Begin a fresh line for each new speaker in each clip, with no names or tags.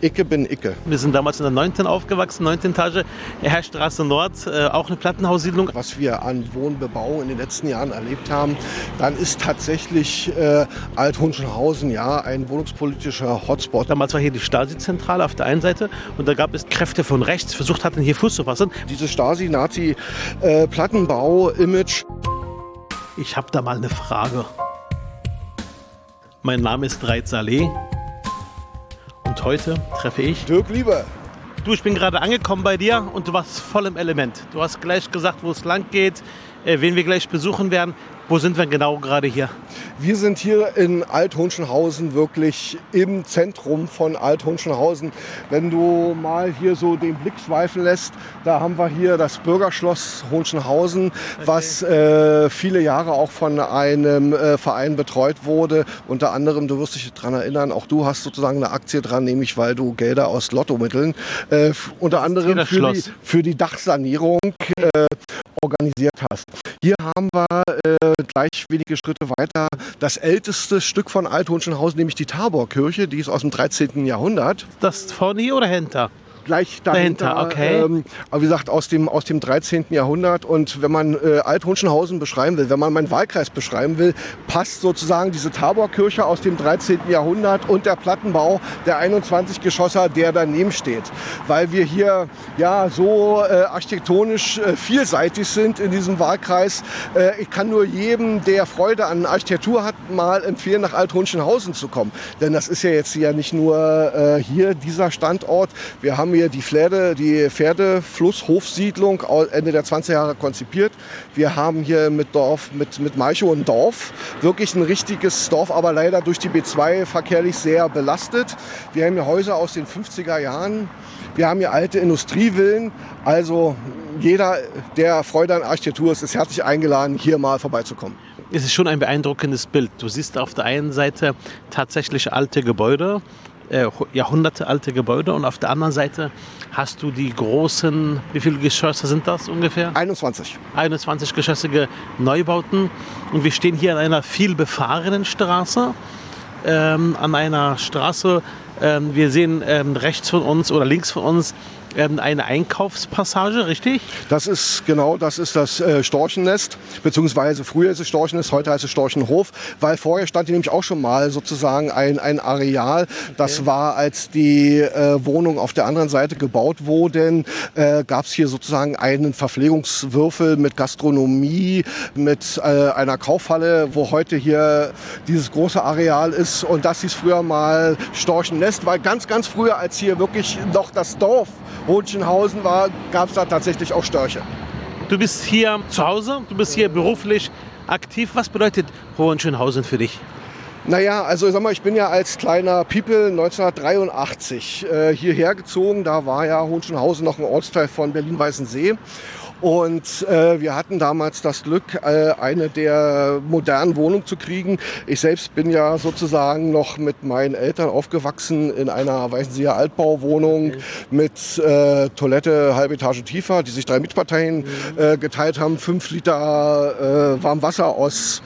Icke bin Icke.
Wir sind damals in der 9. aufgewachsen, 9. Etage, Herrstraße Nord, äh, auch eine Plattenhaussiedlung.
Was wir an Wohnbebauung in den letzten Jahren erlebt haben, dann ist tatsächlich äh, Althunschenhausen ja ein wohnungspolitischer Hotspot.
Damals war hier die Stasi-Zentrale auf der einen Seite und da gab es Kräfte von rechts, versucht hatten hier Fuß zu fassen.
Dieses äh, Stasi-Nazi-Plattenbau-Image.
Ich habe da mal eine Frage. Mein Name ist Reit Saleh und heute treffe ich
Dirk Lieber.
Du, ich bin gerade angekommen bei dir und du warst voll im Element. Du hast gleich gesagt, wo es lang geht, äh, wen wir gleich besuchen werden. Wo sind wir genau gerade hier?
Wir sind hier in Althonschenhausen, wirklich im Zentrum von Althonschenhausen. Wenn du mal hier so den Blick schweifen lässt, da haben wir hier das Bürgerschloss Honschenhausen, was äh, viele Jahre auch von einem äh, Verein betreut wurde. Unter anderem, du wirst dich daran erinnern, auch du hast sozusagen eine Aktie dran, nämlich weil du Gelder aus Lottomitteln äh, f- unter anderem
das
für die,
Schloss.
für die Dachsanierung äh, organisiert hast. Hier haben wir äh, gleich wenige Schritte weiter das älteste Stück von Althonschenhausen, nämlich die Taborkirche, die ist aus dem 13. Jahrhundert.
Das vorne hier oder hinter?
Gleich dahinter,
Dahinter, okay.
ähm, aber wie gesagt, aus dem, aus dem 13. Jahrhundert. Und wenn man äh, Althonschenhausen beschreiben will, wenn man meinen Wahlkreis beschreiben will, passt sozusagen diese Taborkirche aus dem 13. Jahrhundert und der Plattenbau der 21 Geschosser, der daneben steht. Weil wir hier ja so äh, architektonisch äh, vielseitig sind in diesem Wahlkreis. Äh, ich kann nur jedem, der Freude an Architektur hat, mal empfehlen, nach Althonschenhausen zu kommen. Denn das ist ja jetzt ja nicht nur äh, hier dieser Standort. Wir haben hier die Pferde, die Pferdeflusshofsiedlung au- Ende der 20er Jahre konzipiert. Wir haben hier mit Dorf, mit, mit Malchow ein Dorf. Wirklich ein richtiges Dorf, aber leider durch die B2 verkehrlich sehr belastet. Wir haben hier Häuser aus den 50er Jahren. Wir haben hier alte Industriewillen. Also jeder, der Freude an Architektur ist, ist herzlich eingeladen, hier mal vorbeizukommen.
Es ist schon ein beeindruckendes Bild. Du siehst auf der einen Seite tatsächlich alte Gebäude, äh, hu- jahrhundertealte Gebäude und auf der anderen Seite hast du die großen, wie viele Geschosse sind das ungefähr?
21.
21-geschossige Neubauten. Und wir stehen hier an einer viel befahrenen Straße. Ähm, an einer Straße, ähm, wir sehen ähm, rechts von uns oder links von uns ähm, eine Einkaufspassage, richtig?
Das ist genau, das ist das äh, Storchennest, beziehungsweise früher ist es Storchennest, heute heißt es Storchenhof, weil vorher stand hier nämlich auch schon mal sozusagen ein, ein Areal. Das war, als die äh, Wohnungen auf der anderen Seite gebaut wurden, äh, gab es hier sozusagen einen Verpflegungswürfel mit Gastronomie, mit äh, einer Kaufhalle, wo heute hier dieses große Areal ist. Und das hieß früher mal Storchennest, weil ganz, ganz früher, als hier wirklich noch das Dorf Hohenschenhausen war, gab es da tatsächlich auch Störche.
Du bist hier zu Hause, du bist hier beruflich aktiv. Was bedeutet Hohenschönhausen für dich?
Naja, also sag mal, ich bin ja als kleiner People 1983 äh, hierher gezogen. Da war ja Hohenschönhausen noch ein Ortsteil von Berlin-Weißensee. Und äh, wir hatten damals das Glück, äh, eine der modernen Wohnungen zu kriegen. Ich selbst bin ja sozusagen noch mit meinen Eltern aufgewachsen in einer Weißenseer Altbauwohnung mit äh, Toilette halbe Etage tiefer, die sich drei Mitparteien äh, geteilt haben. Fünf Liter äh, Warmwasser aus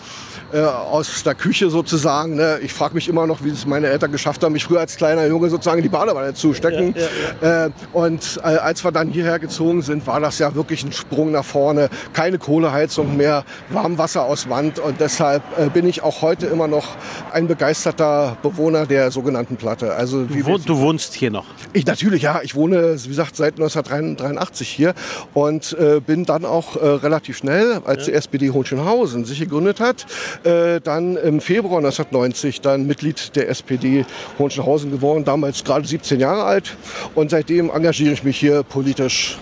äh, aus der Küche sozusagen. Ne? Ich frage mich immer noch, wie es meine Eltern geschafft haben, mich früher als kleiner Junge sozusagen in die Badewanne zu stecken. Äh, und äh, als wir dann hierher gezogen sind, war das ja wirklich ein Sprung nach vorne. Keine Kohleheizung mehr, Warmwasser aus Wand. Und deshalb äh, bin ich auch heute immer noch ein begeisterter Bewohner der sogenannten Platte. Also wie
Du,
wir
wohn, du wohnst hier noch.
ich natürlich, ja. Ich wohne, wie gesagt, seit 1983 hier und äh, bin dann auch äh, relativ schnell, als die SPD Hohenschönhausen sich gegründet hat, äh, dann im Februar 1990 dann Mitglied der SPD Hohenschönhausen geworden, damals gerade 17 Jahre alt. Und seitdem engagiere ich mich hier politisch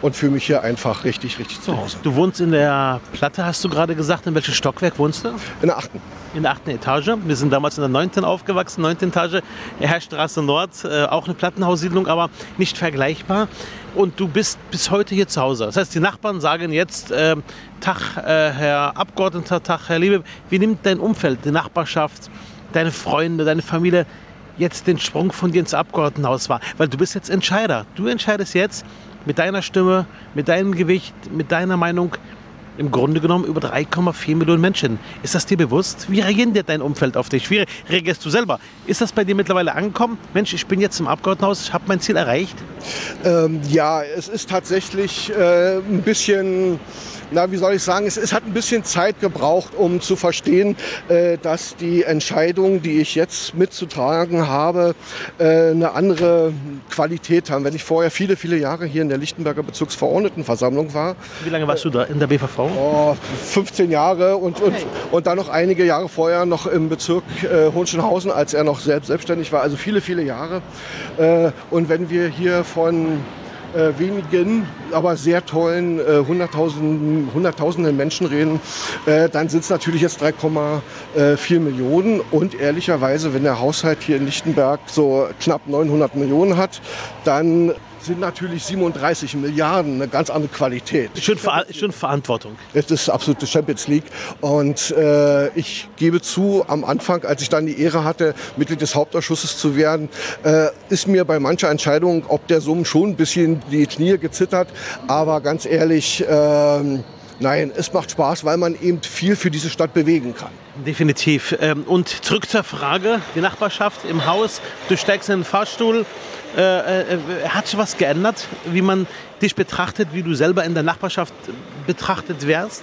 und fühle mich hier einfach richtig, richtig zu Hause.
Du wohnst in der Platte, hast du gerade gesagt. In welchem Stockwerk wohnst du?
In der achten.
in der achten Etage. Wir sind damals in der neunten aufgewachsen, neunten Etage, Herrstraße Nord, äh, auch eine Plattenhaussiedlung, aber nicht vergleichbar. Und du bist bis heute hier zu Hause. Das heißt, die Nachbarn sagen jetzt, ähm, Tag, äh, Herr Abgeordneter, Tag, Herr Liebe, wie nimmt dein Umfeld, die Nachbarschaft, deine Freunde, deine Familie jetzt den Sprung von dir ins Abgeordnetenhaus wahr? Weil du bist jetzt Entscheider. Du entscheidest jetzt mit deiner Stimme, mit deinem Gewicht, mit deiner Meinung, im Grunde genommen über 3,4 Millionen Menschen. Ist das dir bewusst? Wie reagiert dein Umfeld auf dich? Wie reagierst du selber? Ist das bei dir mittlerweile angekommen? Mensch, ich bin jetzt im Abgeordnetenhaus, ich habe mein Ziel erreicht.
Ähm, ja, es ist tatsächlich äh, ein bisschen, na, wie soll ich sagen, es, es hat ein bisschen Zeit gebraucht, um zu verstehen, äh, dass die Entscheidungen, die ich jetzt mitzutragen habe, äh, eine andere Qualität haben. Wenn ich vorher viele, viele Jahre hier in der Lichtenberger Bezirksverordnetenversammlung war,
Wie lange warst du da in der BVV?
oh, 15 Jahre und,
Okay.
und, und dann noch einige Jahre vorher noch im Bezirk äh, Hohenschönhausen, als er noch selbst selbstständig war, also viele, viele Jahre. Äh, und wenn wir hier von äh, wenigen, aber sehr tollen äh, hunderttausenden, hunderttausenden Menschen reden, äh, dann sind es natürlich jetzt 3,4 Millionen. Und ehrlicherweise, wenn der Haushalt hier in Lichtenberg so knapp 900 Millionen hat, dann sind natürlich 37 Milliarden eine ganz andere Qualität.
Schön, Ver schön Verantwortung.
Es ist absolute Champions League. Und äh, ich gebe zu, am Anfang, als ich dann die Ehre hatte, Mitglied des Hauptausschusses zu werden, äh, ist mir bei mancher Entscheidung, ob der Summen schon ein bisschen die Knie gezittert. Aber ganz ehrlich, ähm, nein, es macht Spaß, weil man eben viel für diese Stadt bewegen kann.
Definitiv. Ähm, Und zurück zur Frage, die Nachbarschaft im Haus, du steigst in den Fahrstuhl. Äh, äh, hat sich was geändert, wie man dich betrachtet, wie du selber in der Nachbarschaft betrachtet wärst?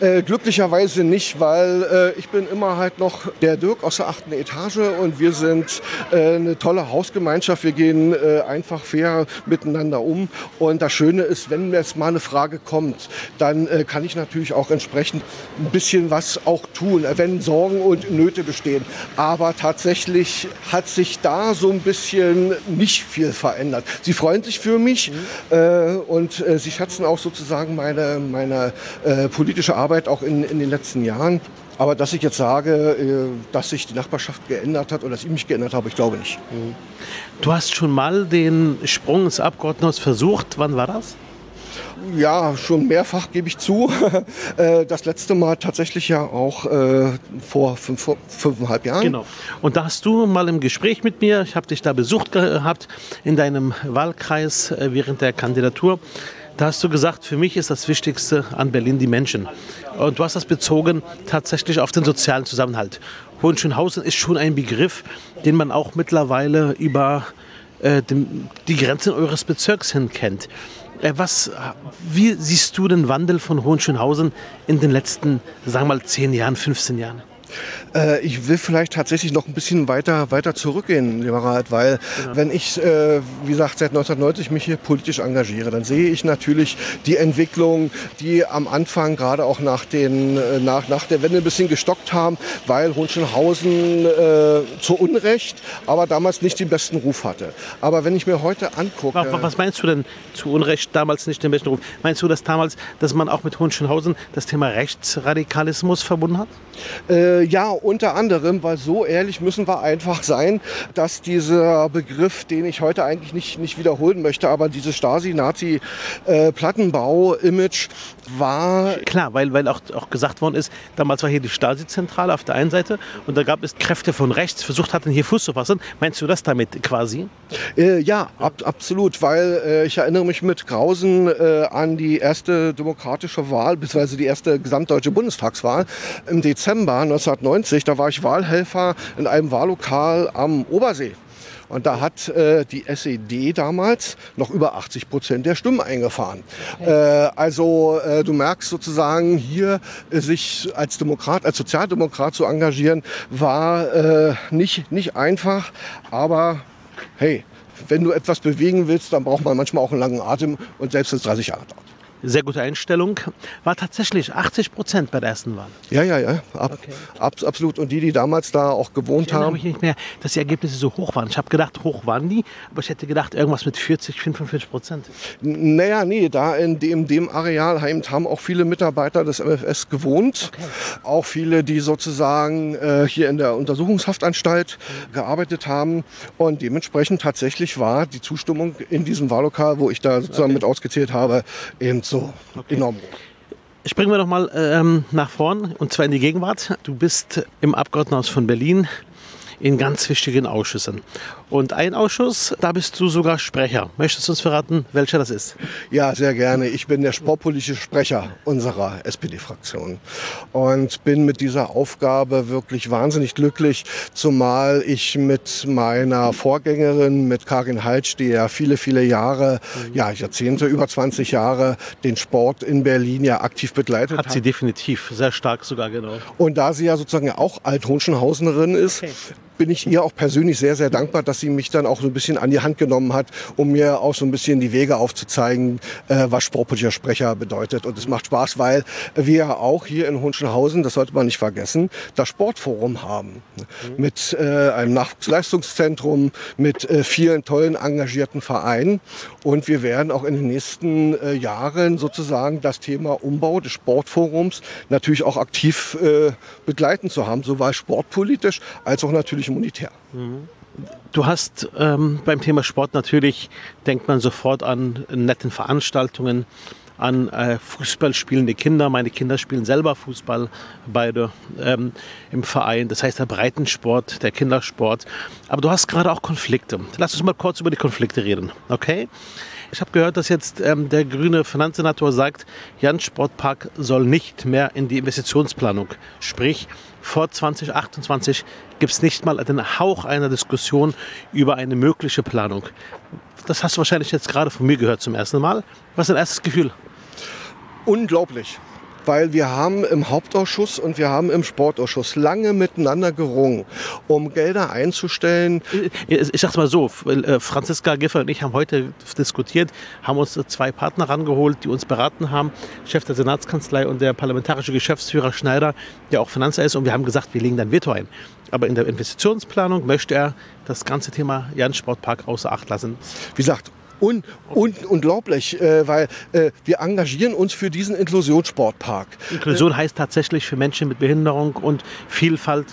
Äh, glücklicherweise nicht, weil äh, ich bin immer halt noch der Dirk aus der achten Etage und wir sind äh, eine tolle Hausgemeinschaft. Wir gehen äh, einfach fair miteinander um. Und das Schöne ist, wenn jetzt mal eine Frage kommt, dann äh, kann ich natürlich auch entsprechend ein bisschen was auch tun, äh, wenn Sorgen und Nöte bestehen. Aber tatsächlich hat sich da so ein bisschen nicht viel verändert. Sie freuen sich für mich äh, und äh, sie schätzen auch sozusagen meine, meine äh, politische Arbeit auch in, in den letzten Jahren. Aber dass ich jetzt sage, äh, dass sich die Nachbarschaft geändert hat oder dass ich mich geändert habe, ich glaube nicht.
Du hast schon mal den Sprung ins Abgeordnetenhaus versucht. Wann war das?
Ja, schon mehrfach gebe ich zu. Äh, das letzte Mal tatsächlich ja auch äh, vor fünf, vor fünfeinhalb Jahren.
Genau. Und da hast du mal im Gespräch mit mir, ich habe dich da besucht gehabt in deinem Wahlkreis äh, während der Kandidatur. Da hast du gesagt, für mich ist das Wichtigste an Berlin die Menschen. Und du hast das bezogen tatsächlich auf den sozialen Zusammenhalt. Hohenschönhausen ist schon ein Begriff, den man auch mittlerweile über äh, dem, die Grenzen eures Bezirks hin kennt. Äh, was, wie siehst du den Wandel von Hohenschönhausen in den letzten, sagen wir mal, 10 Jahren, 15 Jahren?
Äh, ich will vielleicht tatsächlich noch ein bisschen weiter, weiter zurückgehen, lieber Rat, weil wenn ich, äh, wie gesagt, seit 1990 mich hier politisch engagiere, dann sehe ich natürlich die Entwicklung, die am Anfang gerade auch nach, den, äh, nach, nach der Wende ein bisschen gestockt haben, weil Hohenschönhausen äh, zu Unrecht, aber damals nicht den besten Ruf hatte. Aber wenn ich mir heute angucke...
Wa- wa- Was meinst du denn zu Unrecht damals nicht den besten Ruf? Meinst du, dass damals, dass man auch mit Hohenschönhausen das Thema Rechtsradikalismus verbunden hat?
Äh, ja, unter anderem, weil so ehrlich müssen wir einfach sein, dass dieser Begriff, den ich heute eigentlich nicht, nicht wiederholen möchte, aber dieses Stasi-Nazi-Plattenbau-Image war
Klar, weil, weil auch, auch gesagt worden ist, damals war hier die Stasi-Zentrale auf der einen Seite und da gab es Kräfte von rechts, versucht hatten, hier Fuß zu fassen. Meinst du das damit quasi?
Äh, ja, ab, absolut, weil äh, ich erinnere mich mit Grausen äh, an die erste demokratische Wahl, beziehungsweise die erste gesamtdeutsche Bundestagswahl im Dezember 1990. Da war ich Wahlhelfer in einem Wahllokal am Obersee. Und da hat äh, die SED damals noch über 80 Prozent der Stimmen eingefahren. Äh, also äh, du merkst sozusagen hier, äh, sich als Demokrat, als Sozialdemokrat zu engagieren, war äh, nicht, nicht einfach, aber hey, wenn du etwas bewegen willst, dann braucht man manchmal auch einen langen Atem und selbst das 30 Jahre dauert.
Sehr gute Einstellung. War tatsächlich 80 Prozent bei der ersten Wahl.
Ja, ja, ja, ab, ab, absolut. Und die, die damals da auch gewohnt
Ich erinnere
haben,
mich nicht mehr, dass die Ergebnisse so hoch waren. Ich habe gedacht, hoch waren die, aber ich hätte gedacht, irgendwas mit 40, 45 Prozent.
N- Naja, nee, da in dem, dem Areal heim haben auch viele Mitarbeiter des MFS gewohnt. Auch viele, die sozusagen äh, hier in der Untersuchungshaftanstalt gearbeitet haben. Und dementsprechend tatsächlich war die Zustimmung in diesem Wahllokal, wo ich da sozusagen mit ausgezählt habe, eben so enorm hoch.
Springen wir nochmal ähm, nach vorn und zwar in die Gegenwart. Du bist im Abgeordnetenhaus von Berlin. in ganz wichtigen Ausschüssen. Und ein Ausschuss, da bist du sogar Sprecher. Möchtest du uns verraten, welcher das ist?
Ja, sehr gerne. Ich bin der sportpolitische Sprecher unserer SPD-Fraktion und bin mit dieser Aufgabe wirklich wahnsinnig glücklich, zumal ich mit meiner Vorgängerin, mit Karin Heitsch, die ja viele, viele Jahre, ja Jahrzehnte, über 20 Jahre den Sport in Berlin ja aktiv begleitet
Hat sie definitiv, sehr stark sogar, genau.
und da sie ja sozusagen auch Althonschenhausenerin ist, bin ich ihr auch persönlich sehr, sehr dankbar, dass sie mich dann auch so ein bisschen an die Hand genommen hat, um mir auch so ein bisschen die Wege aufzuzeigen, äh, was sportpolitischer Sprecher bedeutet. Und es macht Spaß, weil wir auch hier in Hunschenhausen, das sollte man nicht vergessen, das Sportforum haben. Mit äh, einem Nachwuchsleistungszentrum, mit äh, vielen tollen, engagierten Vereinen. Und wir werden auch in den nächsten äh, Jahren sozusagen das Thema Umbau des Sportforums natürlich auch aktiv äh, begleiten zu haben, sowohl sportpolitisch als auch natürlich monetär.
Du hast ähm, beim Thema Sport natürlich, denkt man sofort an netten Veranstaltungen, an äh, Fußball spielende Kinder. Meine Kinder spielen selber Fußball, beide ähm, im Verein. Das heißt der Breitensport, der Kindersport. Aber du hast gerade auch Konflikte. Lass uns mal kurz über die Konflikte reden, okay? Ich habe gehört, dass jetzt ähm, der grüne Finanzsenator sagt, Jans Sportpark soll nicht mehr in die Investitionsplanung. Sprich, vor 2028 gibt es nicht mal den Hauch einer Diskussion über eine mögliche Planung. Das hast du wahrscheinlich jetzt gerade von mir gehört zum ersten Mal. Was ist dein erstes Gefühl?
Unglaublich. Weil wir haben im Hauptausschuss und wir haben im Sportausschuss lange miteinander gerungen, um Gelder einzustellen.
äh, Ich ich sag's mal so, F- äh, Franziska Giffey und ich haben heute diskutiert, haben uns zwei Partner rangeholt, die uns beraten haben, Chef der Senatskanzlei und der parlamentarische Geschäftsführer Schneider, der auch Finanzer ist, und wir haben gesagt, wir legen dann Veto ein. Aber in der Investitionsplanung möchte er das ganze Thema Jan Sportpark außer Acht lassen.
Wie gesagt, un, un, unglaublich, äh, weil äh, wir engagieren uns für diesen Inklusionssportpark.
Inklusion heißt tatsächlich für Menschen mit Behinderung und Vielfalt.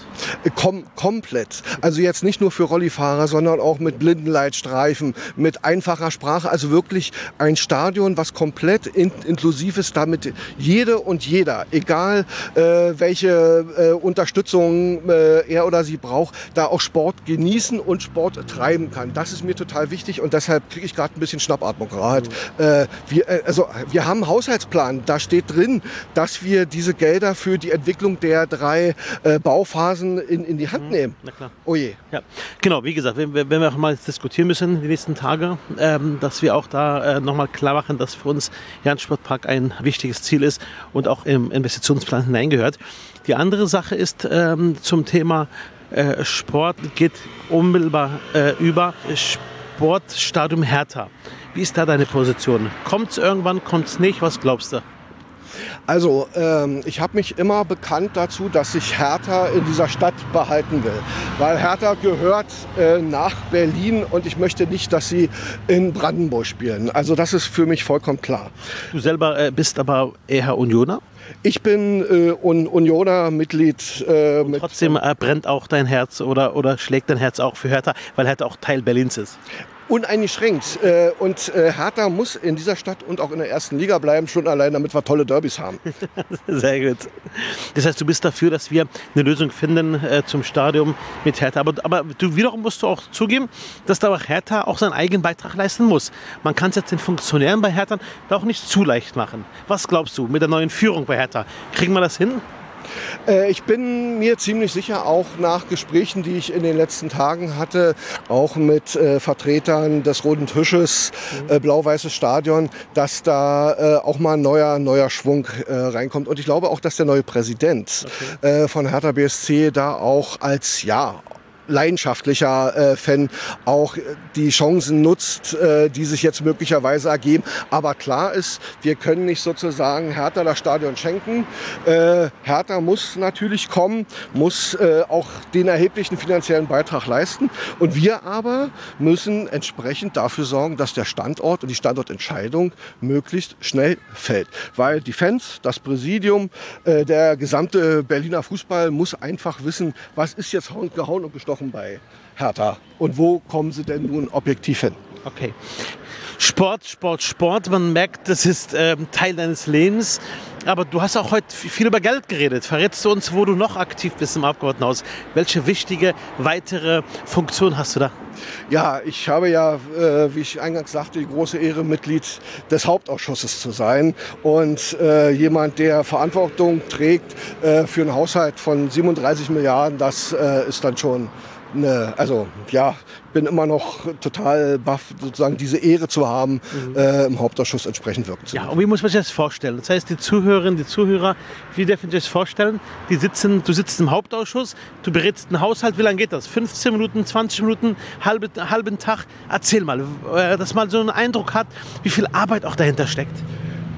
Äh, Kom komplett. Also jetzt nicht nur für Rollifahrer, sondern auch mit Blindenleitstreifen, mit einfacher Sprache. Also wirklich ein Stadion, was komplett in inklusiv ist, damit jede und jeder, egal äh, welche äh, Unterstützung äh, er oder sie braucht, da auch Sport genießen und Sport treiben kann. Das ist mir total wichtig und deshalb kriege ich gerade ein bisschen Schnappatmung gerade. Äh, wir, äh, also, wir haben einen Haushaltsplan, da steht drin, dass wir diese Gelder für die Entwicklung der drei äh, Bauphasen in, in die Hand nehmen.
Mhm. Na klar.
Oh je.
Ja, genau, wie gesagt, wenn, wir- wenn wir auch mal diskutieren müssen die nächsten Tage, ähm, dass wir auch da äh, nochmal klar machen, dass für uns Jahn-Sportpark ein wichtiges Ziel ist und auch im Investitionsplan hineingehört. Die andere Sache ist ähm, zum Thema äh, Sport geht unmittelbar äh, über Sportstadium Hertha. Wie ist da deine Position? Kommt es irgendwann, kommt es nicht? Was glaubst du?
Also, ähm, ich habe mich immer bekannt dazu, dass ich Hertha in dieser Stadt behalten will. Weil Hertha gehört äh, nach Berlin und ich möchte nicht, dass sie in Brandenburg spielen. Also, das ist für mich vollkommen klar.
Du selber äh, bist aber eher Unioner.
Ich bin äh, Un Unioner-Mitglied. Äh, mit-
Trotzdem äh, brennt auch dein Herz oder, oder schlägt dein Herz auch für Hertha, weil Hertha auch Teil Berlins ist.
uneingeschränkt. Äh, und äh, Hertha muss in dieser Stadt und auch in der ersten Liga bleiben, schon allein, damit wir tolle Derbys haben.
Sehr gut. Das heißt, du bist dafür, dass wir eine Lösung finden äh, zum Stadion mit Hertha. Aber, aber du wiederum musst du auch zugeben, dass da auch Hertha auch seinen eigenen Beitrag leisten muss. Man kann es jetzt den Funktionären bei Hertha da auch nicht zu leicht machen. Was glaubst du mit der neuen Führung bei Hertha? Kriegen wir das hin?
Äh, ich bin mir ziemlich sicher, auch nach Gesprächen, die ich in den letzten Tagen hatte, auch mit äh, Vertretern des Roten Tisches, äh, Blau-Weißes Stadion, dass da äh, auch mal ein neuer, neuer Schwung äh, reinkommt. Und ich glaube auch, dass der neue Präsident äh, von Hertha BSC da auch als, ja, leidenschaftlicher äh, Fan auch äh, die Chancen nutzt, äh, die sich jetzt möglicherweise ergeben. Aber klar ist, wir können nicht sozusagen Hertha das Stadion schenken. Äh, Hertha muss natürlich kommen, muss äh, auch den erheblichen finanziellen Beitrag leisten. Und wir aber müssen entsprechend dafür sorgen, dass der Standort und die Standortentscheidung möglichst schnell fällt. Weil die Fans, das Präsidium, äh, der gesamte Berliner Fußball muss einfach wissen, was ist jetzt hau- gehauen und gestochen bei Hertha und wo kommen sie denn nun objektiv hin.
Okay. Sport, Sport, Sport. Man merkt, das ist ähm, Teil deines Lebens. Aber du hast auch heute viel über Geld geredet. Verrätst du uns, wo du noch aktiv bist im Abgeordnetenhaus? Welche wichtige weitere Funktion hast du da?
Ja, ich habe ja, äh, wie ich eingangs sagte, die große Ehre, Mitglied des Hauptausschusses zu sein und äh, jemand, der Verantwortung trägt äh, für einen Haushalt von 37 Milliarden, das äh, ist dann schon eine, also ja, bin immer noch total baff, sozusagen diese Ehre zu haben, mhm. äh, im Hauptausschuss entsprechend wirken zu
Ja, und wie muss man sich das vorstellen? Das heißt, die Zuhörerinnen, die Zuhörer, wie darf ich das vorstellen? Die sitzen, du sitzt im Hauptausschuss, du berätst einen Haushalt, wie lange geht das? 15 Minuten, 20 Minuten, halbe, halben Tag? Erzähl mal, äh, dass man so einen Eindruck hat, wie viel Arbeit auch dahinter steckt.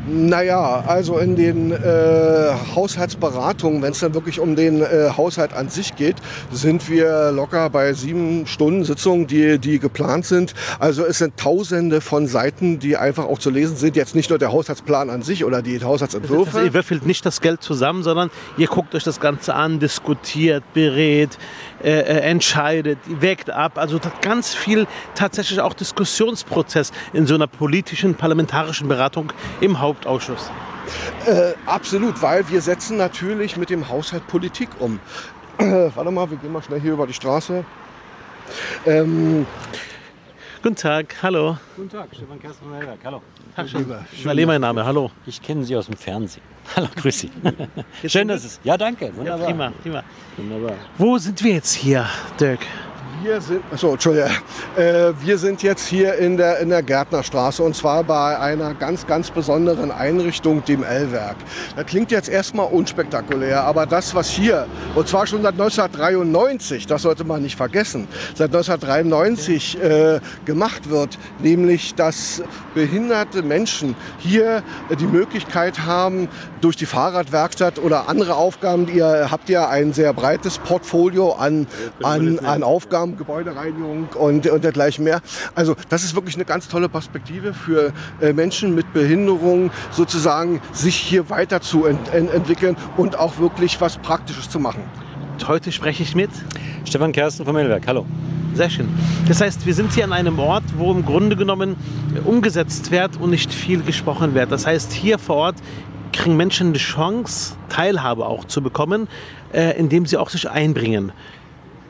Naja, also in den äh, Haushaltsberatungen, wenn es dann wirklich um den äh, Haushalt an sich geht, sind wir locker bei sieben Stunden Sitzungen, die, die geplant sind. Also es sind tausende von Seiten, die einfach auch zu lesen sind. Jetzt nicht nur der Haushaltsplan an sich oder die Haushaltsentwürfe.
Also ihr würfelt nicht das Geld zusammen, sondern ihr guckt euch das Ganze an, diskutiert, berät, äh, entscheidet, wägt ab. Also ganz viel tatsächlich auch Diskussionsprozess in so einer politischen, parlamentarischen Beratung im Haushalt. Hauptausschuss?
Äh, absolut, weil wir setzen natürlich mit dem Haushalt Politik um. Äh, warte mal, wir gehen mal schnell hier über die Straße.
Ähm Guten Tag, hallo.
Guten Tag, Stefan Kersten von Hellberg, hallo.
Tag, schön. Schön. mein Name, hallo.
Ich kenne Sie aus dem Fernsehen. Hallo, grüß Sie. schön, dass es... Ja, danke, wunderbar. Ja,
prima, prima. Wunderbar. Wo sind wir jetzt hier, Dirk?
Wir sind, achso, Entschuldige. Äh, wir sind jetzt hier in der, in der Gärtnerstraße und zwar bei einer ganz, ganz besonderen Einrichtung, dem L-Werk. Das klingt jetzt erstmal unspektakulär, aber das, was hier, und zwar schon seit 1993, das sollte man nicht vergessen, seit 1993 äh, gemacht wird, nämlich, dass behinderte Menschen hier äh, die Möglichkeit haben, durch die Fahrradwerkstatt oder andere Aufgaben, ihr habt ja ein sehr breites Portfolio an, an, an Aufgaben, Gebäudereinigung und, und dergleichen mehr. Also das ist wirklich eine ganz tolle Perspektive für äh, Menschen mit Behinderung, sozusagen sich hier weiter zu ent ent entwickeln und auch wirklich was Praktisches zu machen.
Und heute spreche ich mit
Stefan Kersten vom Hellwerk. Hallo.
Sehr schön. Das heißt, wir sind hier an einem Ort, wo im Grunde genommen umgesetzt wird und nicht viel gesprochen wird. Das heißt, hier vor Ort kriegen Menschen eine Chance, Teilhabe auch zu bekommen, äh, indem sie auch sich einbringen.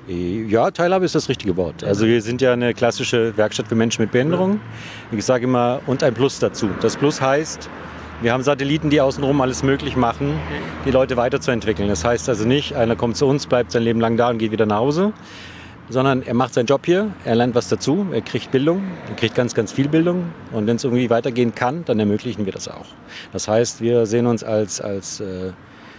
Äh, Ja, Teilhabe ist das richtige Wort. Also wir sind ja eine klassische Werkstatt für Menschen mit Behinderung. Ich sage immer, und ein Plus dazu. Das Plus heißt, wir haben Satelliten, die außenrum alles möglich machen, die Leute weiterzuentwickeln. Das heißt also nicht, einer kommt zu uns, bleibt sein Leben lang da und geht wieder nach Hause, sondern er macht seinen Job hier, er lernt was dazu, er kriegt Bildung, er kriegt ganz, ganz viel Bildung. Und wenn es irgendwie weitergehen kann, dann ermöglichen wir das auch. Das heißt, wir sehen uns als, als äh,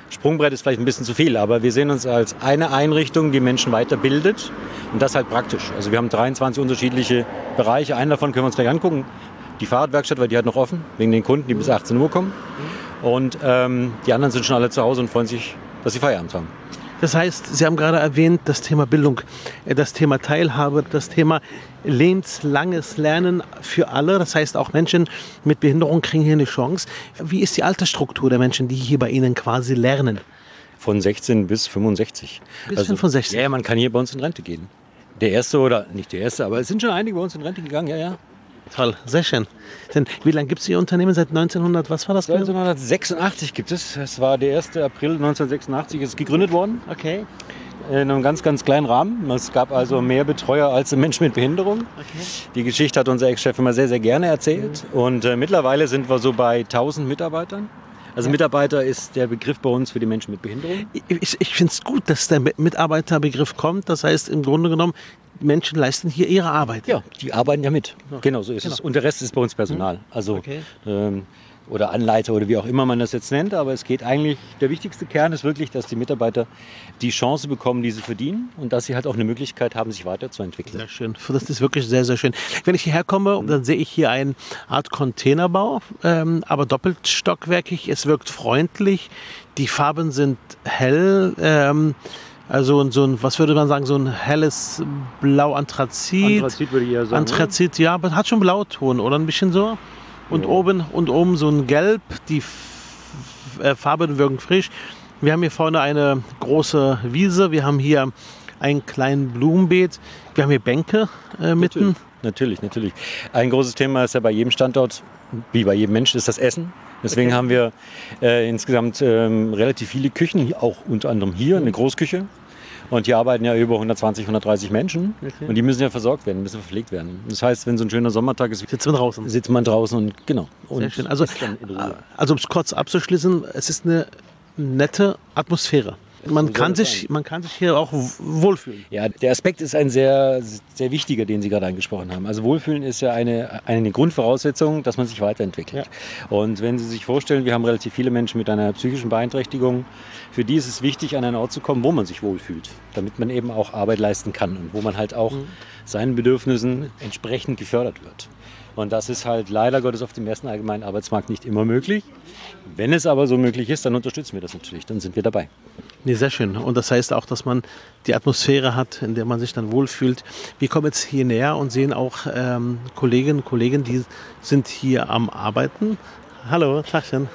Sprungbrett ist vielleicht ein bisschen zu viel, aber wir sehen uns als eine Einrichtung, die Menschen weiterbildet und das halt praktisch. Also wir haben 23 unterschiedliche Bereiche, einen davon können wir uns gleich angucken. Die Fahrradwerkstatt, weil die hat noch offen, wegen den Kunden, die bis 18 Uhr kommen. Und ähm, die anderen sind schon alle zu Hause und freuen sich, dass sie Feierabend haben.
Das heißt, Sie haben gerade erwähnt, das Thema Bildung, äh, das Thema Teilhabe, das Thema lebenslanges Lernen für alle. Das heißt, auch Menschen mit Behinderung kriegen hier eine Chance. Wie ist die Altersstruktur der Menschen, die hier bei Ihnen quasi lernen?
Von 16 bis 65.
Bis also, 65.
Ja, man kann hier bei uns in Rente gehen. Der erste oder nicht der erste, aber es sind schon einige bei uns in Rente gegangen, ja, ja.
Toll, sehr schön. Denn wie lange gibt es Ihr Unternehmen? Seit 1900, was war das?
1986 gibt es. Es war der 1. April 1986, ist gegründet worden.
Okay.
In einem ganz, ganz kleinen Rahmen. Es gab also mehr Betreuer als Menschen mit Behinderung. Okay. Die Geschichte hat unser Ex-Chef immer sehr, sehr gerne erzählt. Mhm. Und äh, mittlerweile sind wir so bei 1000 Mitarbeitern. Also Mitarbeiter ist der Begriff bei uns für die Menschen mit Behinderung.
Ich, ich finde es gut, dass der Mitarbeiterbegriff kommt. Das heißt, im Grunde genommen, Menschen leisten hier ihre Arbeit.
Ja, die arbeiten ja mit. Ja. Genau, so ist genau. es. Und der Rest ist bei uns Personal. Also okay. ähm, oder Anleiter oder wie auch immer man das jetzt nennt. Aber es geht eigentlich, der wichtigste Kern ist wirklich, dass die Mitarbeiter die Chance bekommen, die sie verdienen und dass sie halt auch eine Möglichkeit haben, sich weiterzuentwickeln.
Sehr schön. Das ist wirklich sehr, sehr schön. Wenn ich hierher komme, dann sehe ich hier eine Art Containerbau, ähm, aber doppelt stockwerkig. Es wirkt freundlich. Die Farben sind hell. Ähm, also so ein, was würde man sagen, so ein helles Blau-Anthrazit.
Anthrazit würde ich ja sagen.
Anthrazit, ja, aber hat schon Blauton, oder? Ein bisschen so. Und ja. oben und oben so ein Gelb. Die äh, Farben wirken frisch. Wir haben hier vorne eine große Wiese. Wir haben hier ein kleines Blumenbeet. Wir haben hier Bänke äh, mitten.
natürlich, natürlich. Ein großes Thema ist ja bei jedem Standort, wie bei jedem Menschen, ist das Essen. Deswegen haben wir äh, insgesamt ähm, relativ viele Küchen, auch unter anderem hier
Hm.
eine Großküche. Und hier arbeiten ja über 120, 130 Menschen.
Okay.
Und die müssen ja versorgt werden, müssen verpflegt werden. Das heißt, wenn so ein schöner Sommertag ist,
Sitzt man draußen.
sitzt man draußen und genau. Und
Sehr schön. Also,
isst dann in Ruhe.
also um es kurz abzuschließen, es ist eine nette Atmosphäre. Man
soll
kann,
es
sich, man kann sich hier auch w- wohlfühlen.
Ja, der Aspekt ist ein sehr, sehr wichtiger, den Sie gerade angesprochen haben. Also Wohlfühlen ist ja eine, eine Grundvoraussetzung, dass man sich weiterentwickelt. Und wenn Sie sich vorstellen, wir haben relativ viele Menschen mit einer psychischen Beeinträchtigung, für die ist es wichtig, an einen Ort zu kommen, wo man sich wohlfühlt, damit man eben auch Arbeit leisten kann und wo man halt auch seinen Bedürfnissen entsprechend gefördert wird. Und das ist halt leider Gottes auf dem ersten allgemeinen Arbeitsmarkt nicht immer möglich. Wenn es aber so möglich ist, dann unterstützen wir das natürlich, dann sind wir dabei.
Nee, sehr schön. Und das heißt auch, dass man die Atmosphäre hat, in der man sich dann wohlfühlt. Wir kommen jetzt hier näher und sehen auch ähm, Kolleginnen und Kollegen, die sind hier am Arbeiten. Hallo, Tagchen.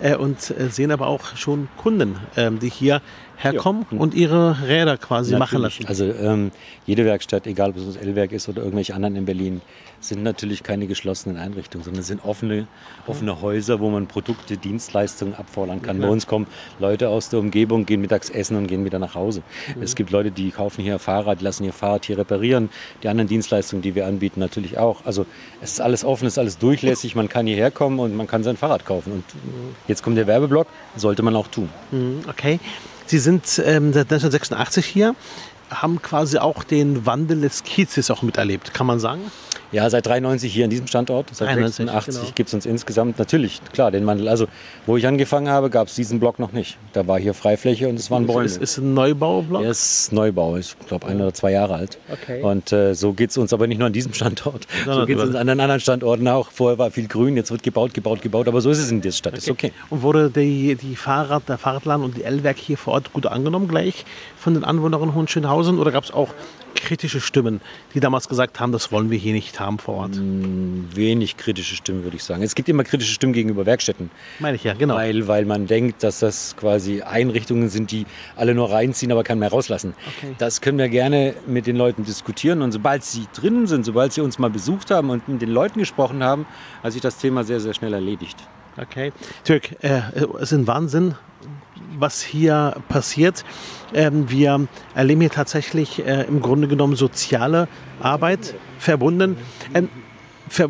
Äh, und äh, sehen aber auch schon Kunden, ähm, die hier herkommen
Ja.
und ihre Räder quasi machen
Natürlich.
lassen.
Also ähm, jede Werkstatt, egal ob es das L-Werk ist oder irgendwelche anderen in Berlin, sind natürlich keine geschlossenen Einrichtungen, sondern es sind offene, offene Häuser, wo man Produkte, Dienstleistungen abfordern kann. Bei uns kommen Leute aus der Umgebung, gehen mittags essen und gehen wieder nach Hause. Es gibt Leute, die kaufen hier Fahrrad, die lassen ihr Fahrrad hier reparieren. Die anderen Dienstleistungen, die wir anbieten, natürlich auch. Also es ist alles offen, es ist alles durchlässig. Man kann hierher kommen und man kann sein Fahrrad kaufen. Und jetzt kommt der Werbeblock, sollte man auch tun.
Mhm, Okay. Sie sind ähm, seit 1986 hier, haben quasi auch den Wandel des Kiezes auch miterlebt, kann man sagen.
Ja, seit 93 hier an diesem Standort, seit
93,
86
genau.
gibt es uns insgesamt natürlich, klar, den Wandel. Also, wo ich angefangen habe, gab es diesen Block noch nicht. Da war hier Freifläche und es waren Bäume.
Es ist ein Neubaublock.
Der ist Neubau, ich glaube ein oder zwei Jahre alt.
Okay.
Und äh, so geht es uns aber nicht nur an diesem Standort, so
Sondern
geht es
über-
uns an den anderen Standorten auch. Vorher war viel grün, jetzt wird gebaut, gebaut, gebaut, aber so ist es in dieser Stadt, ist okay.
Und wurde die, die Fahrrad, der Fahrradladen und die L-Werk hier vor Ort gut angenommen gleich von den Anwohnerinnen Hohenschönhausen? Oder gab es auch kritische Stimmen, die damals gesagt haben, das wollen wir hier nicht haben vor Ort?
Mm. Wenig kritische Stimmen, würde ich sagen. Es gibt immer kritische Stimmen gegenüber Werkstätten.
Meine ich ja, genau.
Weil, weil man denkt, dass das quasi Einrichtungen sind, die alle nur reinziehen, aber keinen mehr rauslassen.
Okay.
Das können wir gerne mit den Leuten diskutieren. Und sobald sie drinnen sind, sobald sie uns mal besucht haben und mit den Leuten gesprochen haben, hat sich das Thema sehr, sehr schnell erledigt.
Okay. Türk, äh, es ist ein Wahnsinn, was hier passiert. Ähm, wir erleben hier tatsächlich äh, im Grunde genommen soziale Arbeit verbunden. Ähm, ver äh,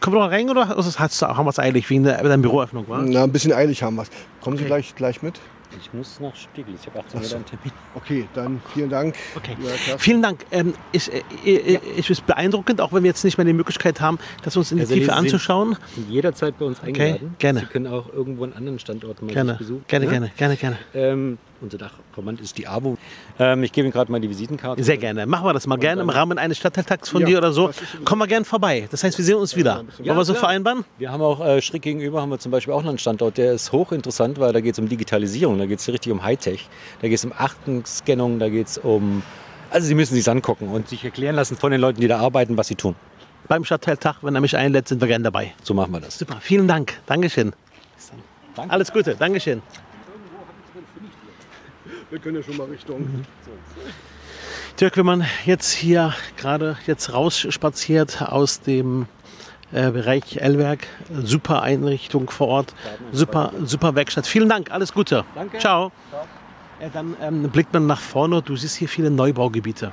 können wir noch rein oder hast du, haben wir es eilig wegen der, der Büroöffnung? War?
Na, ein bisschen eilig haben wir es. Kommen Sie
Okay.
gleich, gleich mit?
Ich muss nach Stieglitz, ich habe 18
Uhr
Uhr
einen
einen Termin.
Okay, dann vielen Dank.
Okay.
lieber Kerstin.
Vielen Dank. Ähm, ich, äh, äh, ich ist beeindruckend, auch wenn wir jetzt nicht mehr die Möglichkeit haben, das uns in die
Also,
Tiefe
wir sind-
anzuschauen.
Jederzeit bei uns eingeladen.
gerne.
Sie können auch irgendwo einen anderen Standort mal
Gerne,
sich besuchen.
gerne,
ne?
gerne, gerne, gerne.
Ähm, unser Dachverband ist die ABO. Ähm, ich gebe Ihnen gerade mal die Visitenkarte.
Sehr gerne. Machen wir das mal gerne im Rahmen eines Stadtteiltags von
Ja,
dir oder so.
das ist sowieso-
Kommen wir gerne vorbei. Das heißt, wir sehen uns wieder.
bisschen-
Wollen wir
Ja,
so
klar.
vereinbaren?
Wir haben auch äh, schräg gegenüber haben wir zum Beispiel auch noch einen Standort, der ist hochinteressant, weil da geht es um Digitalisierung, da geht es richtig um Hightech, da geht es um Achtenscannung, da geht es um. Also Sie müssen sich angucken und sich erklären lassen von den Leuten, die da arbeiten, was sie tun.
Beim Stadtteiltag, wenn er mich einlädt, sind wir gerne dabei.
So machen wir das.
Super, vielen Dank. Dankeschön.
Danke.
Alles Gute, Dankeschön.
Wir können ja schon mal Richtung.
Mhm. Dirk, wenn man jetzt hier gerade jetzt rausspaziert aus dem äh, Bereich L-Werk, super Einrichtung vor Ort, super, super Werkstatt. Vielen Dank, alles Gute.
Danke.
Ciao. Äh, Dann ähm, blickt man nach vorne, du siehst hier viele Neubaugebiete.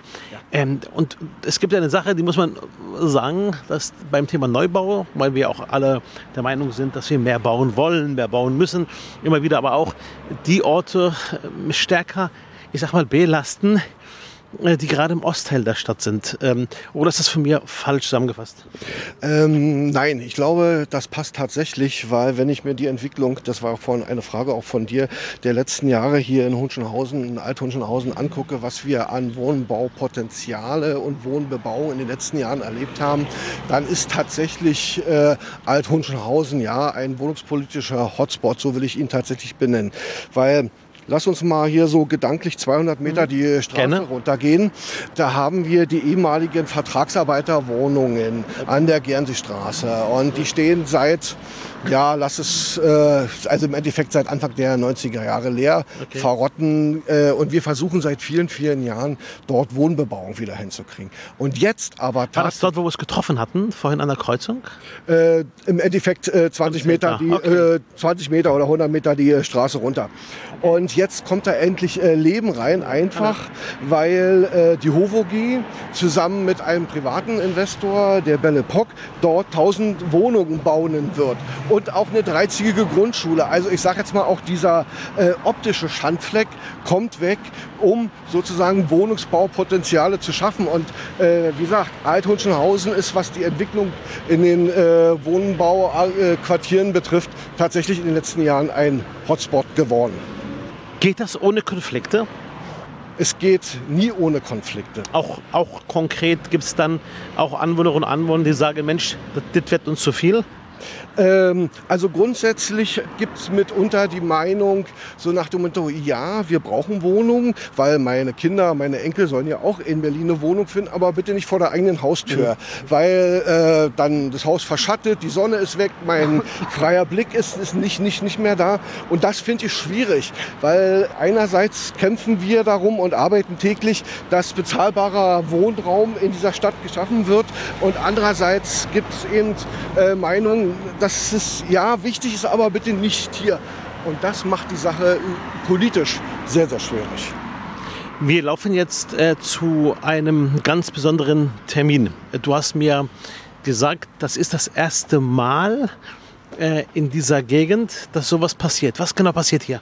Ähm, und es gibt eine Sache, die muss man sagen, dass beim Thema Neubau, weil wir auch alle der Meinung sind, dass wir mehr bauen wollen, mehr bauen müssen, immer wieder aber auch die Orte ähm, stärker, ich sag mal, belasten, äh, die gerade im Ostteil der Stadt sind. Ähm, oder ist das von mir falsch zusammengefasst?
Ähm, nein, ich glaube, das passt tatsächlich, weil wenn ich mir die Entwicklung, das war auch vorhin eine Frage auch von dir, der letzten Jahre hier in Hunschenhausen, in Althunschenhausen angucke, was wir an Wohnbaupotenziale und Wohnbebauung in den letzten Jahren erlebt haben, dann ist tatsächlich äh, Althunschenhausen ja ein wohnungspolitischer Hotspot, so will ich ihn tatsächlich benennen. Weil Lass uns mal hier so gedanklich 200 Meter die Straße
Gerne.
runtergehen. Da haben wir die ehemaligen Vertragsarbeiterwohnungen an der Gernseestraße. Und die stehen seit, ja, lass es, äh, also im Endeffekt seit Anfang der 90er Jahre leer,
Okay.
verrotten. Äh, und wir versuchen seit vielen, vielen Jahren, dort Wohnbebauung wieder hinzukriegen. Und jetzt aber
War das dort, wo wir es getroffen hatten, vorhin an der Kreuzung?
äh, im Endeffekt äh, 20 Meter, die,
Ah, okay.
äh, 20 Meter oder 100 Meter die äh, Straße runter. Und jetzt kommt da endlich äh, Leben rein, einfach, weil äh, die HOVOG zusammen mit einem privaten Investor, der Belle Pock, dort 1000 Wohnungen bauen wird und auch eine dreizigige Grundschule. Also ich sage jetzt mal, auch dieser äh, optische Schandfleck kommt weg, um sozusagen Wohnungsbaupotenziale zu schaffen. Und äh, wie gesagt, Althunschenhausen ist, was die Entwicklung in den äh, Wohnbauquartieren betrifft, tatsächlich in den letzten Jahren ein Hotspot geworden.
Geht das ohne Konflikte?
Es geht nie ohne Konflikte.
Auch, auch konkret gibt es dann auch Anwohnerinnen und Anwohner, die sagen, Mensch, das, das wird uns zu viel.
Ähm, also grundsätzlich gibt es mitunter die Meinung, so nach dem Motto, ja, wir brauchen Wohnungen, weil meine Kinder, meine Enkel sollen ja auch in Berlin eine Wohnung finden, aber bitte nicht vor der eigenen Haustür, weil äh, dann das Haus verschattet, die Sonne ist weg, mein freier Blick ist, ist nicht, nicht, nicht mehr da. Und das finde ich schwierig, weil einerseits kämpfen wir darum und arbeiten täglich, dass bezahlbarer Wohnraum in dieser Stadt geschaffen wird und andererseits gibt es eben äh, Meinungen, dass es ja wichtig ist, aber bitte nicht hier. Und das macht die Sache äh, politisch sehr, sehr schwierig.
Wir laufen jetzt äh, zu einem ganz besonderen Termin. Äh, Du hast mir gesagt, das ist das erste Mal äh, in dieser Gegend, dass sowas passiert. Was genau passiert hier?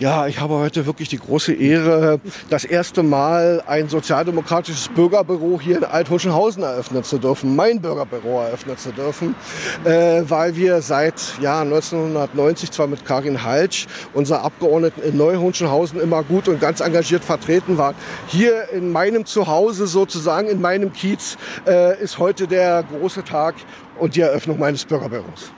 Ja, ich habe heute wirklich die große Ehre, das erste Mal ein sozialdemokratisches Bürgerbüro hier in Althuschenhausen eröffnen zu dürfen, mein Bürgerbüro eröffnen zu dürfen, äh, weil wir seit ja, 1990 zwar mit Karin Halsch, unserer Abgeordneten in Neuhunschenhausen, immer gut und ganz engagiert vertreten waren. Hier in meinem Zuhause sozusagen, in meinem Kiez, äh, ist heute der große Tag und die Eröffnung meines Bürgerbüros.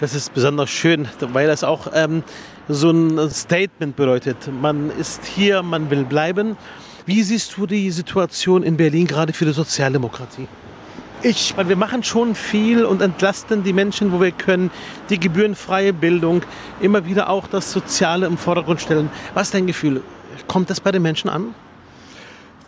Das ist besonders schön, weil das auch ähm, so ein Statement bedeutet. Man ist hier, man will bleiben. Wie siehst du die Situation in Berlin gerade für die Sozialdemokratie?
Ich
Weil wir machen schon viel und entlasten die Menschen, wo wir können. Die gebührenfreie Bildung, immer wieder auch das Soziale im Vordergrund stellen. Was ist dein Gefühl? Kommt das bei den Menschen an?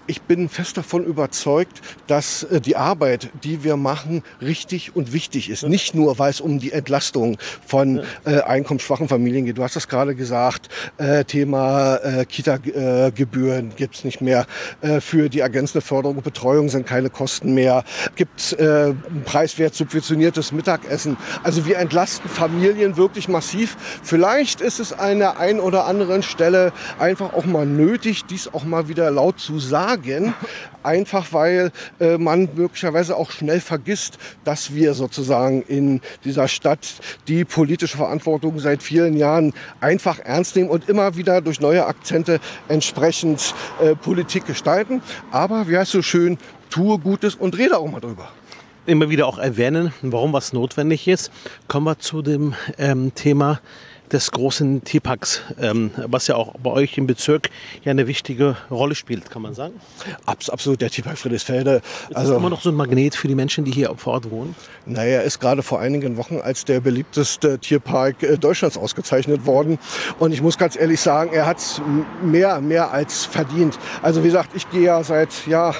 ich bin fest davon überzeugt, dass äh, die Arbeit, die wir machen, richtig und wichtig ist. Nicht nur, weil es um die Entlastung von äh, einkommensschwachen Familien geht. Du hast das gerade gesagt, äh, Thema äh, Kita-Gebühren gibt's nicht mehr. Äh, für die ergänzende Förderung und Betreuung sind keine Kosten mehr. Gibt's äh, ein preiswert subventioniertes Mittagessen. Also wir entlasten Familien wirklich massiv. Vielleicht ist es an der einen oder anderen Stelle einfach auch mal nötig, dies auch mal wieder laut zu sagen. Einfach weil äh, man möglicherweise auch schnell vergisst, dass wir sozusagen in dieser Stadt die politische Verantwortung seit vielen Jahren einfach ernst nehmen und immer wieder durch neue Akzente entsprechend äh, Politik gestalten. Aber wie heißt so schön, tue Gutes und rede auch mal drüber.
Immer wieder auch erwähnen, warum was notwendig ist. Kommen wir zu dem ähm, Thema des großen T-Packs, ähm, was ja auch bei euch im Bezirk ja eine wichtige Rolle spielt, kann man sagen.
Abs absolut der Tiefpark Friedrichsfelde.
Also ist immer noch so ein Magnet für die Menschen, die hier vor Ort wohnen.
Naja, ist gerade vor einigen Wochen als der beliebteste Tierpark äh, Deutschlands ausgezeichnet worden. Und ich muss ganz ehrlich sagen, er hat es mehr, mehr als verdient. Also wie gesagt, ich gehe ja seit, ja,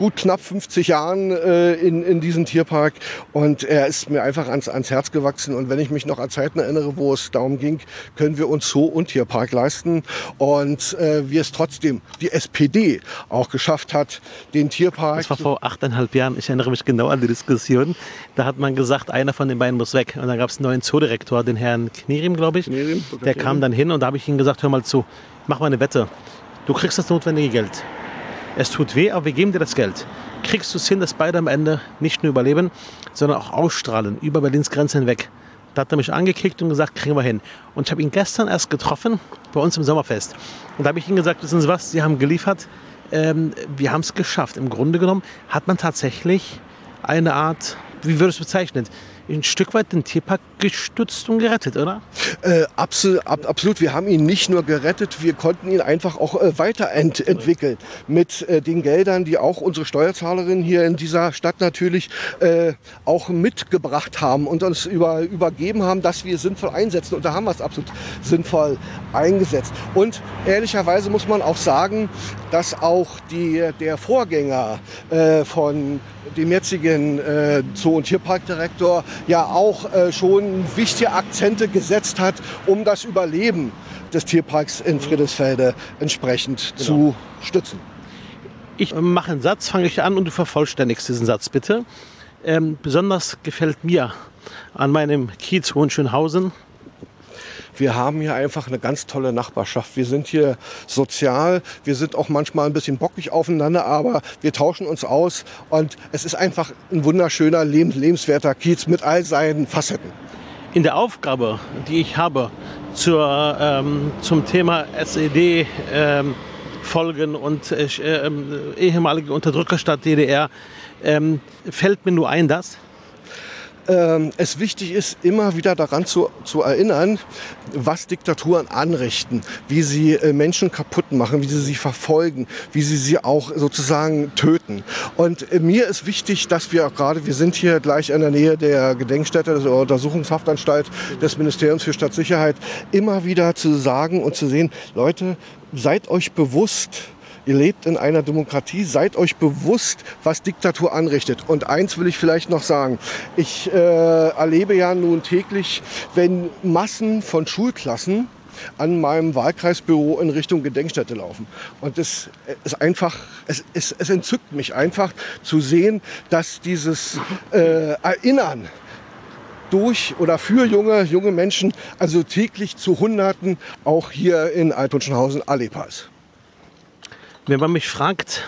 gut knapp 50 Jahren äh, in, in diesen Tierpark und er ist mir einfach ans, ans Herz gewachsen. Und wenn ich mich noch an Zeiten erinnere, wo es darum ging, können wir uns Zoo- und Tierpark leisten. Und äh, wie es trotzdem die SPD auch geschafft hat, den Tierpark...
Das war vor achteinhalb Jahren. Ich erinnere mich genau an die Diskussion. Da hat man gesagt, einer von den beiden muss weg. Und dann gab es einen neuen Zoodirektor, den Herrn Knirim, glaube ich.
Knirim, Dr.
der
Knirim.
kam dann hin und da habe ich ihm gesagt, hör mal zu, mach mal eine Wette. Du kriegst das notwendige Geld. Es tut weh, aber wir geben dir das Geld. Kriegst du es hin, dass beide am Ende nicht nur überleben, sondern auch ausstrahlen, über Berlins Grenze hinweg. Da hat er mich angekickt und gesagt, kriegen wir hin. Und ich habe ihn gestern erst getroffen, bei uns im Sommerfest. Und da habe ich ihm gesagt, wissen Sie was, Sie haben geliefert, ähm, wir haben es geschafft. Im Grunde genommen hat man tatsächlich eine Art, wie würde ich es bezeichnen, ein Stück weit den Tierpark gestützt und gerettet, oder?
Äh, absol ab, absolut. Wir haben ihn nicht nur gerettet, wir konnten ihn einfach auch äh, weiterentwickeln mit äh, den Geldern, die auch unsere Steuerzahlerinnen hier in dieser Stadt natürlich äh, auch mitgebracht haben und uns über, übergeben haben, dass wir sinnvoll einsetzen. Und da haben wir es absolut sinnvoll eingesetzt. Und ehrlicherweise muss man auch sagen, dass auch die, der Vorgänger äh, von dem jetzigen äh, Zoo- und Tierparkdirektor ja auch äh, schon wichtige Akzente gesetzt hat, um das Überleben des Tierparks in Friedrichsfelde entsprechend zu stützen.
Ich äh, mache einen Satz, fange ich an und du vervollständigst diesen Satz bitte. Ähm, besonders gefällt mir an meinem Kiez Hohenschönhausen,
Wir haben hier einfach eine ganz tolle Nachbarschaft. Wir sind hier sozial, wir sind auch manchmal ein bisschen bockig aufeinander, aber wir tauschen uns aus und es ist einfach ein wunderschöner, lebens lebenswerter Kiez mit all seinen Facetten.
in der Aufgabe, die ich habe zur, ähm, zum Thema SED, ähm, Folgen und äh, sch- äh, ähm, ehemalige Unterdrückerstadt DDR, ähm, fällt mir nur ein, dass
ähm, es wichtig ist, immer wieder daran zu, zu erinnern, was Diktaturen anrichten, wie sie äh, Menschen kaputt machen, wie sie sie verfolgen, wie sie sie auch sozusagen töten. Und äh, mir ist wichtig, dass wir auch gerade, wir sind hier gleich in der Nähe der Gedenkstätte, der Untersuchungshaftanstalt des Ministeriums für Stadtsicherheit, immer wieder zu sagen und zu sehen, Leute, seid euch bewusst, Ihr lebt in einer Demokratie, seid euch bewusst, was Diktatur anrichtet. Und eins will ich vielleicht noch sagen. Ich äh, erlebe ja nun täglich, wenn Massen von Schulklassen an meinem Wahlkreisbüro in Richtung Gedenkstätte laufen. Und es ist einfach, es, es, es entzückt mich einfach zu sehen, dass dieses äh, Erinnern durch oder für junge, junge Menschen, also täglich zu Hunderten, auch hier in Altonschenhausen erlebbar ist.
wenn man mich fragt,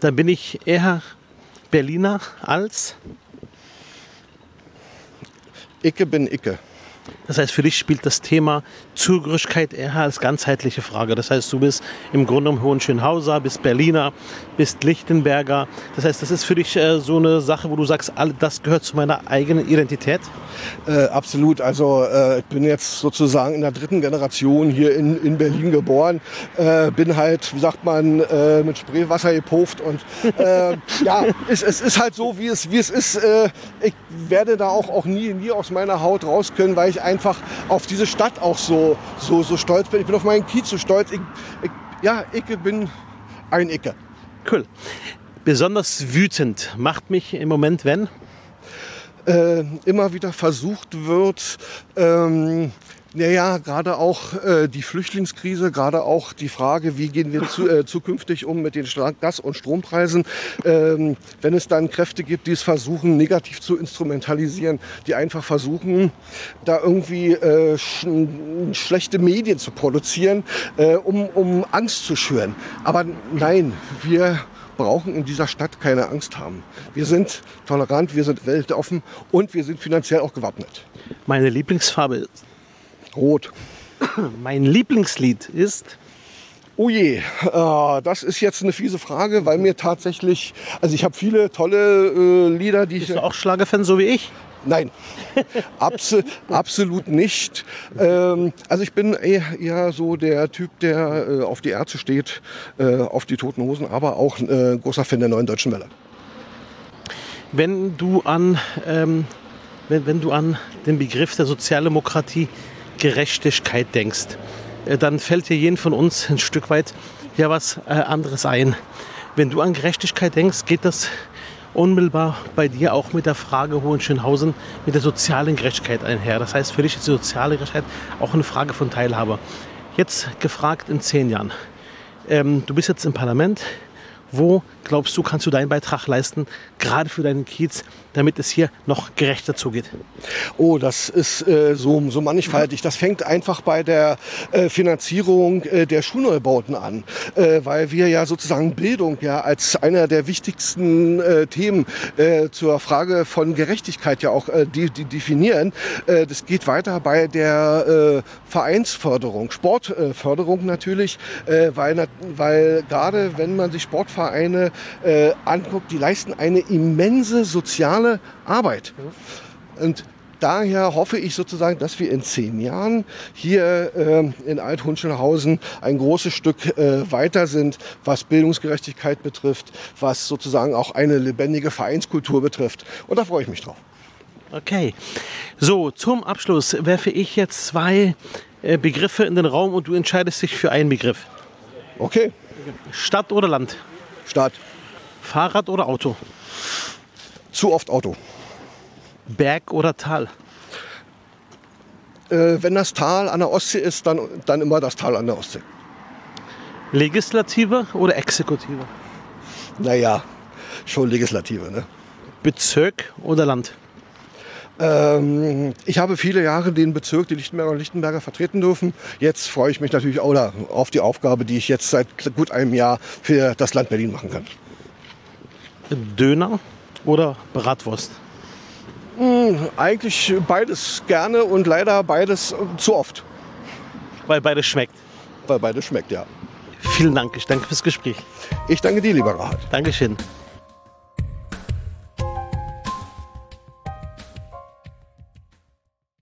dann bin ich eher Berliner als.
Icke bin Icke.
Das heißt, für dich spielt das Thema Zugehörigkeit eher als ganzheitliche Frage. Das heißt, du bist im Grunde um Hohenschönhauser, bist Berliner, bist Lichtenberger. Das heißt, das ist für dich äh, so eine Sache, wo du sagst, all das gehört zu meiner eigenen Identität.
Äh, absolut. Also äh, ich bin jetzt sozusagen in der dritten Generation hier in, in Berlin geboren. Äh, bin halt, wie sagt man, äh, mit Spreewasser gepufft und äh, ja, es, es ist halt so, wie es, wie es ist. Äh, ich werde da auch, auch nie, nie aus meiner Haut raus können, weil ich einfach auf diese Stadt auch so, so, so stolz bin. Ich bin auf meinen Kiez so stolz. Ich, ich, ja, Icke bin ein Icke.
Cool. Besonders wütend macht mich im Moment, wenn
äh, immer wieder versucht wird, ähm, naja, gerade auch äh, die Flüchtlingskrise, gerade auch die Frage, wie gehen wir zu, äh, zukünftig um mit den Stra- Gas- und Strompreisen, ähm, wenn es dann Kräfte gibt, die es versuchen, negativ zu instrumentalisieren, die einfach versuchen, da irgendwie äh, sch schlechte Medien zu produzieren, äh, um, um Angst zu schüren. Aber nein, wir brauchen in dieser Stadt keine Angst haben. Wir sind tolerant, wir sind weltoffen und wir sind finanziell auch gewappnet.
meine Lieblingsfarbe ist,
Rot.
mein Lieblingslied ist,
Oh je, äh, das ist jetzt eine fiese Frage, weil mir tatsächlich, also ich habe viele tolle äh, Lieder, die ich...
bist du auch Schlagerfan, so wie ich?
Nein, Abso absolut nicht. Ähm, also ich bin eher, eher so der Typ, der äh, auf die Ärzte steht, äh, auf die Toten Hosen, aber auch äh, großer Fan der Neuen Deutschen Welle.
Wenn du an, ähm, wenn, wenn du an den Begriff der Sozialdemokratie Gerechtigkeit denkst, äh, dann fällt dir jeden von uns ein Stück weit ja was äh, anderes ein. Wenn du an Gerechtigkeit denkst, geht das unmittelbar bei dir auch mit der Frage Hohenschönhausen mit der sozialen Gerechtigkeit einher. Das heißt, für dich ist die soziale Gerechtigkeit auch eine Frage von Teilhabe. Jetzt gefragt in zehn Jahren. Ähm, du bist jetzt im Parlament. Wo glaubst du, kannst du deinen Beitrag leisten, gerade für deinen Kiez, damit es hier noch gerechter zugeht?
Oh, das ist äh, so, so mannigfaltig. Das fängt einfach bei der äh, Finanzierung äh, der Schulneubauten an, äh, weil wir ja sozusagen Bildung ja als einer der wichtigsten äh, Themen äh, zur Frage von Gerechtigkeit ja auch äh, die, die definieren. Äh, das geht weiter bei der äh, Vereinsförderung, Sportförderung natürlich, äh, weil, nat- weil gerade wenn man sich Sportvereine äh, anguckt, die leisten eine immense soziale Arbeit. Äh, Und daher hoffe ich sozusagen, dass wir in zehn Jahren hier ähm, in Alt-Hunschelhausen ein großes Stück äh, weiter sind, was Bildungsgerechtigkeit betrifft, was sozusagen auch eine lebendige Vereinskultur betrifft. Und da freue ich mich drauf.
Okay. So, zum Abschluss werfe ich jetzt zwei äh, Begriffe in den Raum und du entscheidest dich für einen Begriff.
Okay,
Stadt oder Land?
Start.
Fahrrad oder Auto?
Zu oft Auto.
Berg oder Tal?
Äh, wenn das Tal an der Ostsee ist, dann, dann immer das Tal an der Ostsee.
Legislative oder Exekutive?
Naja, schon Legislative. Ne?
Bezirk oder Land?
Ähm, ich habe viele Jahre den Bezirk, die Lichtenberger und Lichtenberger vertreten dürfen. Jetzt freue ich mich natürlich auch da auf die Aufgabe, die ich jetzt seit gut einem Jahr für das Land Berlin machen kann.
Döner oder Bratwurst?
Eigentlich beides gerne und leider beides zu oft,
Weil beides schmeckt.
weil beides schmeckt, ja.
Vielen Dank. Ich danke fürs Gespräch.
Ich danke dir, lieber Rahat.
Dankeschön.